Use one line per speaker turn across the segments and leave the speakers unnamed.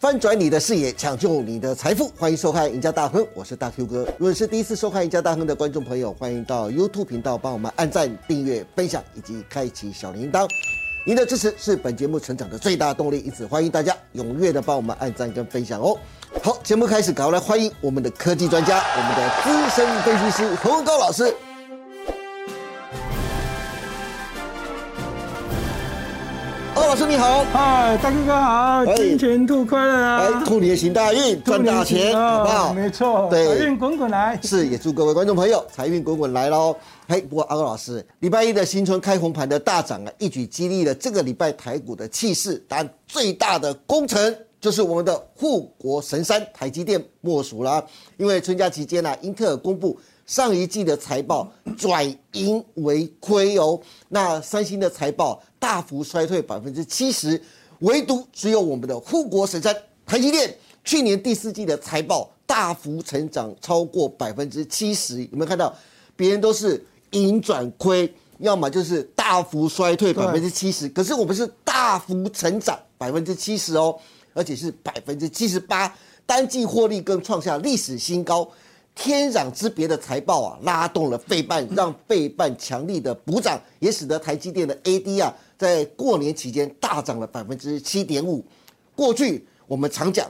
翻转你的视野，抢救你的财富，欢迎收看《赢家大亨》，我是大 Q 哥。如果是第一次收看《赢家大亨》的观众朋友，欢迎到 YouTube 频道帮我们按赞、订阅、分享以及开启小铃铛。您的支持是本节目成长的最大动力，因此欢迎大家踊跃的帮我们按赞跟分享哦。好，节目开始，赶快来欢迎我们的科技专家，我们的资深分析师洪文高老师。哦，老师你好。
嗨，大哥哥好，
哎
金钱兔快乐
哎，
啊！
兔年行大运，赚大钱，好不好？
没错，
对
财运滚滚来。
是，也祝各位观众朋友财运滚滚来喽！嘿，不过阿高老师，礼拜一的新春开红盘的大涨啊，一举激励了这个礼拜台股的气势。当然，最大的功臣就是我们的护国神山台积电莫属啦。因为春假期间呢、啊，英特尔公布上一季的财报转盈为亏哦，那三星的财报大幅衰退百分之七十，唯独只有我们的护国神山台积电去年第四季的财报大幅成长，超过百分之七十。有没有看到？别人都是盈转亏，要么就是大幅衰退
对
百分之七十，可是我们是大幅成长百分之七十哦，而且是百分之七十八，单季获利更创下历史新高。天壤之别的财报啊，拉动了费半，让费半强力的补涨，也使得台积电的 AD 啊，在过年期间大涨了百分之七点五。过去我们常讲，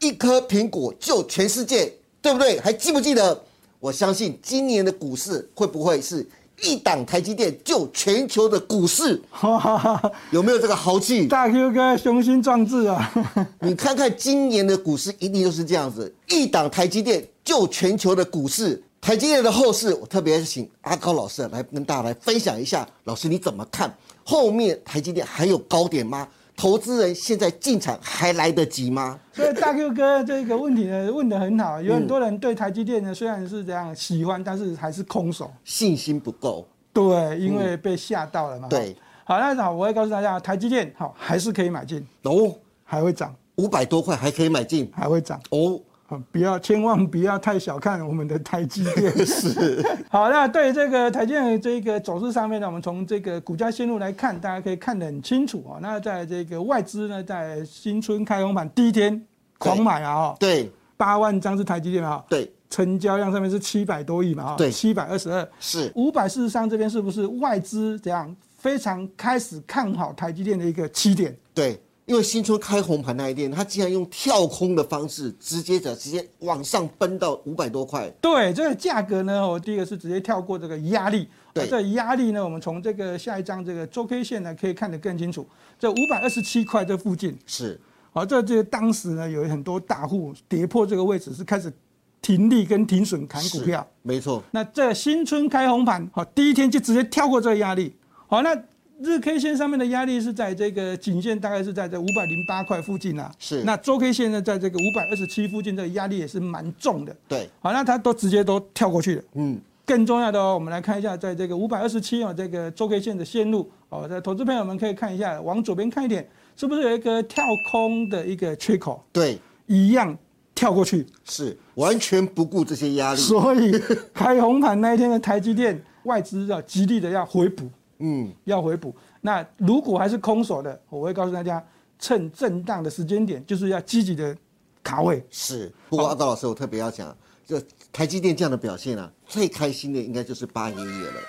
一颗苹果救全世界，对不对？还记不记得？我相信今年的股市会不会是一档台积电救全球的股市？
哇，
有没有这个豪气？
大 Q 哥雄心壮志啊！
你看看今年的股市一定就是这样子，一档台积电救全球的股市。台积电的后市，我特别请阿高老师来跟大家来分享一下，老师你怎么看？后面台积电还有高点吗？投资人现在进场还来得及吗？
所以大 Q 哥这个问题呢问得很好，有很多人对台积电呢虽然是这样喜欢，但是还是空手。
信心不够，
对，因为被吓到了嘛。
对。
好，那好，我会告诉大家，台积电好还是可以买进，
哦，
还会涨，
五百多块还可以买进
还会涨。
哦，
啊，不要，千万不要太小看我们的台积电。是。 好，那对这个台积电的这个走势上面呢，我们从这个股价线路来看，大家可以看得很清楚哦。那在这个外资呢，在新春开工盘第一天狂买啊，哦，
对
八万张是台积电嘛，哦，
对
成交量上面是七百多亿嘛，哦，
对
七百二十二，
是，
五百四十三这边是不是外资怎样非常开始看好台积电的一个起点？
对，因为新春开红盘那一天，他竟然用跳空的方式，直接的直接往上奔到五百多块，
对这个价格呢，我第一个是直接跳过这个压力。
对
啊这压力呢，我们从这个下一张这个周 K 线呢，可以看得更清楚。这五百二十七块这附近，
是
好、这这个当时呢，有很多大户跌破这个位置，是开始停利跟停损砍股
是
票。
没错，
那这新春开红盘，好、第一天就直接跳过这个压力。好、那日 K 线上面的压力是在这个颈线，大概是在这五百零八块附近啊。
是
那周 K 线呢，在这个五百二十七附近，这个压力也是蛮重的。
对，
好，那它都直接都跳过去了。
嗯，
更重要的哦，我们来看一下，在这个五百二十七哦，这个周 K 线的线路哦，在投资朋友们可以看一下，往左边看一点，是不是有一个跳空的一个缺口，
对，
一样跳过去。
是完全不顾这些压力，
所以 开红盘那一天的台积电外资要极力的要回补，
嗯，
要回补。那如果还是空手的，我会告诉大家，趁震荡的时间点，就是要积极的卡位。
是。不过阿高老师，我特别要讲，这台积电这样的表现啊，最开心的应该就是八爷爷了，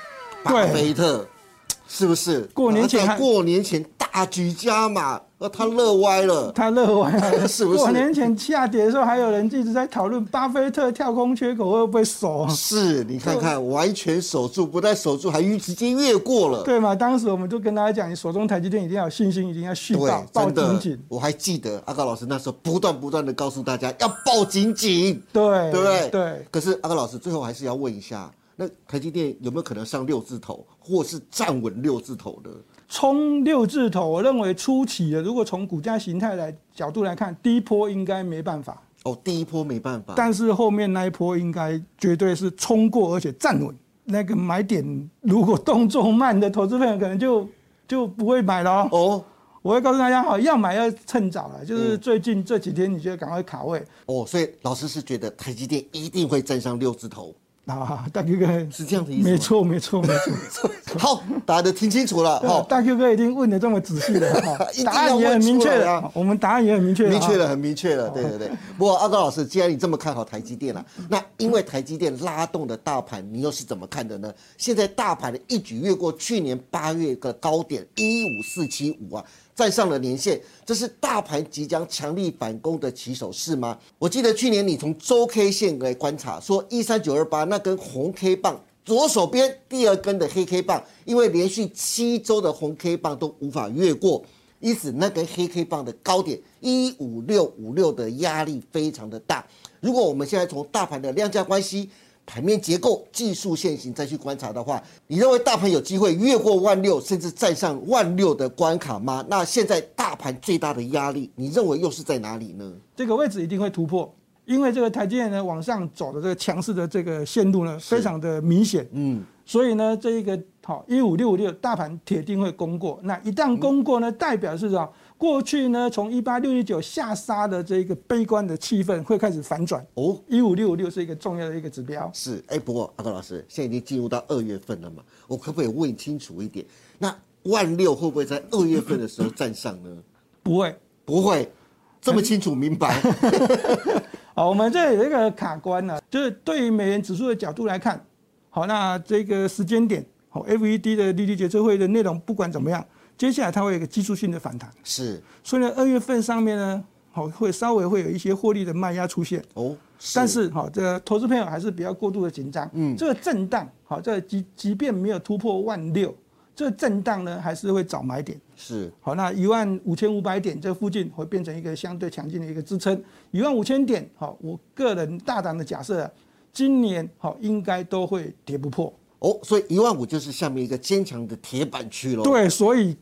巴
对
菲特。是不是
过年前
然后在
还
过年前大举加码，呃，他乐歪了，
他乐完了，
是不是
过年前下跌的时候，还有人一直在讨论巴菲特跳空缺口会不会守，
是你看看，完全守住，不但守住，还越直接越过了。
对嘛？当时我们就跟大家讲，你手中台积电一定要有信心，一定要续报抱
真
紧
的
紧，，
我还记得阿高老师那时候不断不断的告诉大家要抱紧紧，
对
对不对？
哎对。
可是阿高老师最后还是要问一下，那台积电有没有可能上六字头，或是站稳六字头呢？
冲六字头，我认为初期的，如果从股价形态来角度来看，第一波应该没办法，
哦，第一波没办法，
但是后面那一波应该绝对是冲过，而且站稳。那个买点如果动作慢的投资朋友，可能就就不会买了哦。
哦
我会告诉大家，好，要买要趁早了，就是
嗯
最近这几天，你就赶快卡位。
哦，所以老师是觉得台积电一定会站上六字头，
啊，大 Q 哥
是这样的意思吗
没错，没错，没错。
好，大家都听清楚了，
哦
好，，
大 Q 哥已经问的这么仔细了， 哦
一定要
答案也很明
问出
确
来
了，
啊
哦我们答案也很明确了，
明确
哦。嗯
了，很明确了，对对对。不过阿高老师，既然你这么看好台积电了、那因为台积电拉动的大盘，你又是怎么看的呢？现在大盘一举越过去年八月的高点一五四七五啊，站上了年线，这是大盘即将强力反攻的起手式吗？我记得去年你从周 K 线来观察，说一三九二八那根红 K 棒。左手边第二根的黑 K 棒，因为连续七周的红 K 棒都无法越过，因此那根黑 K 棒的高点一五六五六的压力非常的大。如果我们现在从大盘的量价关系、盘面结构、技术线型再去观察的话，你认为大盘有机会越过万六，甚至站上万六的关卡吗？那现在大盘最大的压力，你认为又是在哪里呢？
这个位置一定会突破，因为这个台积电呢往上走的这个强势的这个线路呢非常的明显，
嗯，
所以呢这一个好一五六五六大盘铁定会攻过。那一旦攻过
嗯
呢，代表是什么？过去呢从一八六一九下杀的这一个悲观的气氛会开始反转。
哦，
一五六五六是一个重要的一个指标。
是，哎、不过阿高老师，现在已经进入到二月份了嘛，我可不可以问清楚一点？那万六会不会在二月份的时候站上呢？
不会，
不会，这么清楚明白。
嗯好，我们这有一个卡关呢、就是对于美元指数的角度来看，好，那这个时间点，好，FED 的利率决策会的内容不管怎么样，接下来它会有一个技术性的反弹，
是
所以呢，二月份上面呢，好，会稍微会有一些获利的卖压出现，
哦，
但是好，这个投资朋友还是比较过度的紧张，嗯，这个震荡，好，这个即即便没有突破万六，这个震荡呢还是会找买点。
是
好，那一万五千五百点这附近会变成一个相对强劲的一个支撑，一万五千点，好，我个人大胆的假设、啊，今年好应该都会跌不破。
哦，所以一万五就是下面一个坚强的铁板区喽。，
对，所以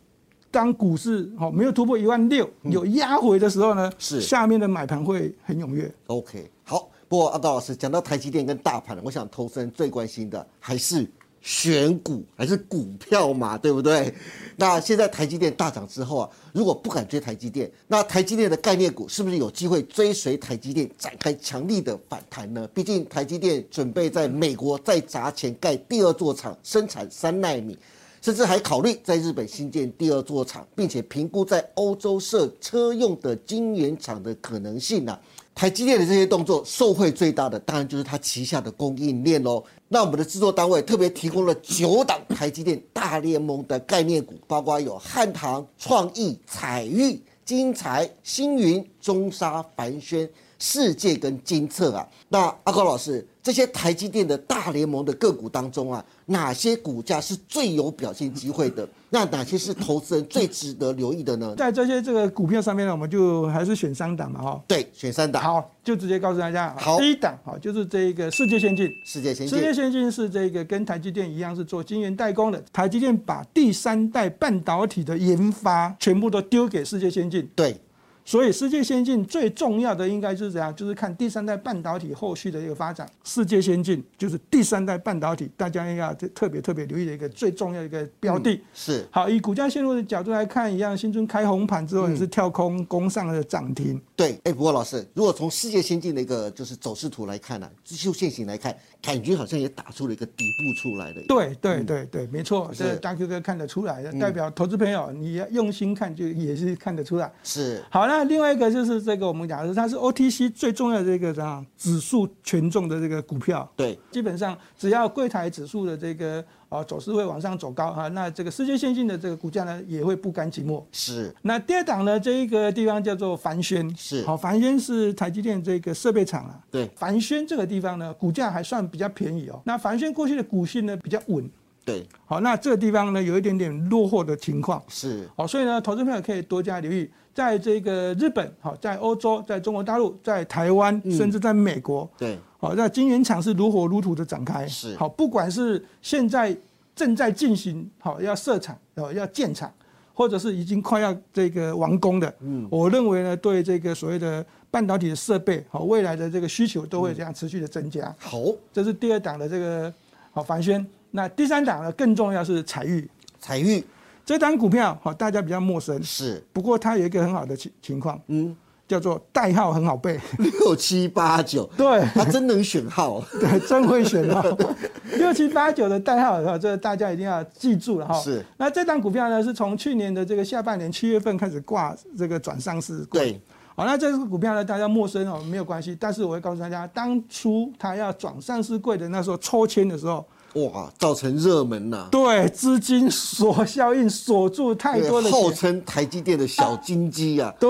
当股市好没有突破一万六，有压回的时候呢，
嗯是
下面的买盘会很踊跃。
OK，好。不过阿高老师讲到台积电跟大盘，我想投资人最关心的还是选股，还是股票嘛，对不对？那现在台积电大涨之后啊，如果不敢追台积电，那台积电的概念股是不是有机会追随台积电展开强力的反弹呢？毕竟台积电准备在美国再砸钱盖第二座厂，生产三纳米。甚至还考虑在日本新建第二座厂，并且评估在欧洲设车用的晶圆厂的可能性啊。台积电的这些动作，受惠最大的当然就是它旗下的供应链喽。那我们的制作单位特别提供了九档台积电大联盟的概念股，包括有汉唐、创意、彩玉、金财、星云、中沙、凡轩、世界跟金策啊。那阿高老师，这些台积电的大联盟的个股当中啊，哪些股价是最有表现机会 的？那哪些是投资人最值得留意的呢？
在这些这个股票上面呢，我们就还是选三档嘛，哈。
对，选三档，
好，就直接告诉大家，
好
第一档好就是这一个世界先进。
世界先
世
进
界先进是这个跟台积电一样是做晶圆代工的，台积电把第三代半导体的研发全部都丢给世界先进，
对，
所以世界先进最重要的应该就是怎样，就是看第三代半导体后续的一个发展。世界先进就是第三代半导体，大家要特别特别留意的一个最重要的一个标的。
是
好，以股价线路的角度来看，一样新春开红盘之后也是跳空攻上了涨停。
对。哎，不过老师，如果从世界先进的一个就是走势图来看呢、啊，技术线型来看，感觉好像也打出了一个底部出来了。
对对对对，没错，
嗯是嗯
这大 Q 哥看得出来的，代表投资朋友你要用心看，就也是看得出来。
是
好，那另外一个就是这个我们讲的，它是 OTC 最重要的这个什么指数权重的这个股票。
对，
基本上只要柜台指数的这个啊走势会往上走高啊，那这个世界先进的这个股价呢也会不甘寂寞。
是
那第二档呢，这一个地方叫做凡轩，
是
好，凡轩是台积电这个设备厂啊。
对
凡轩这个地方呢，股价还算比较便宜哦。那凡轩过去的股性呢比较稳，
对
好，那这个地方呢有一点点落后的情况。
是
好，所以呢，投资朋友可以多加留意，在这个日本、好，在欧洲、在中国大陆、在台湾，甚至在美国，
对
好，那晶圆厂是如火如荼的展开。
是
好，不管是现在正在进行，好要设厂，哦要建厂，或者是已经快要这个完工的，嗯，我认为呢，对这个所谓的半导体的设备，好未来的这个需求都会这样持续的增加。
好
这是第二档的这个好凡轩，那第三档呢更重要是彩玉，
彩玉
这档股票好大家比较陌生，
是
不过它有一个很好的情情况，
嗯
叫做代号很好背，
六七八九，
对
他真能选号，
对，真会选哦。 六七八九的代号哈，这大家一定要记住了哈。
是。
那这档股票呢，是从去年的这个下半年七月份开始挂这个转上市。
对。
好，那这只股票呢，大家陌生哦，没有关系。但是我会告诉大家，当初它要转上市柜的那时候抽签的时候，
哇，造成热门呐、
对资金锁效应锁住太多的
对号
钱。
称台积电的小金鸡啊，
对，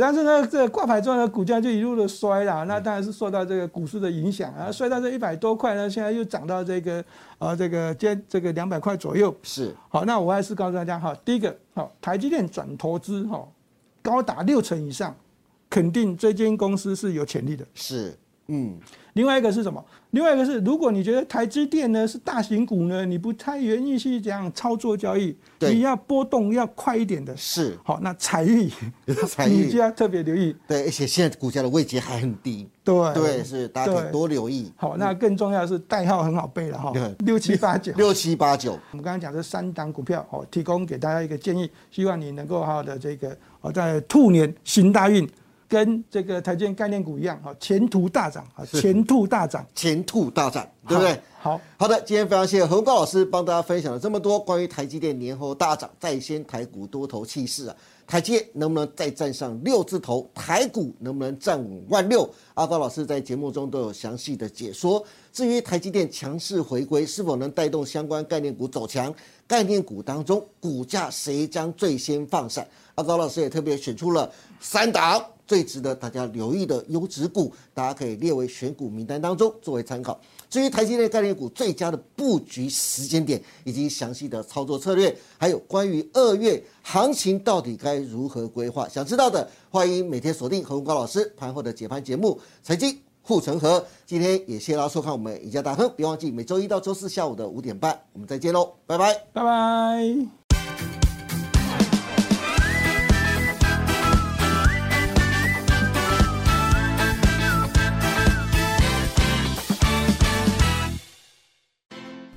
但是呢，这个挂牌之后呢，股价就一路的衰啦。那当然是受到这个股市的影响啊，衰到这一百多块呢，现在又涨到这个呃这个今天这个两百块左右。
是
好，那我还是告诉大家哈，第一个，好，台积电转投资哈，高达六成以上，肯定这间公司是有潜力的。
是，嗯，
另外一个是什么？另外一个是，如果你觉得台积电呢是大型股呢，你不太愿意去这样操作交易，
对
你要波动要快一点的。
是
好，那财运，
才
你
艺，
就要特别留意。
对，而且现在股价的位阶还很低，
对
对，是大家可以多留意，
好，那更重要的是代号很好背了哈
对，
六七八九。
六七八九，
我们刚刚讲这三档股票，哦，提供给大家一个建议，希望你能够好好的这个哦，在兔年行大运，跟这个台积电概念股一样，哦，前途大涨啊，
是
前途大涨，
前兔大战，对不对？
好？好，
好的，今天非常谢谢何文高老师帮大家分享了这么多关于台积电年后大涨再掀台股多头气势啊，台积电能不能再站上六字头，台股能不能站稳万六？阿高老师在节目中都有详细的解说。至于台积电强势回归是否能带动相关概念股走强，概念股当中股价谁将最先放闪？阿高老师也特别选出了三档最值得大家留意的优质股，大家可以列为选股名单当中作为参考。至于台积电概念股最佳的布局时间点以及详细的操作策略，还有关于二月行情到底该如何规划，想知道的欢迎每天锁定何文高老师盘后的解盘节目《财经护城河》。今天也谢谢大家收看我们赢家大亨，别忘记每周一到周四下午的五点半，我们再见喽，拜拜。
拜拜。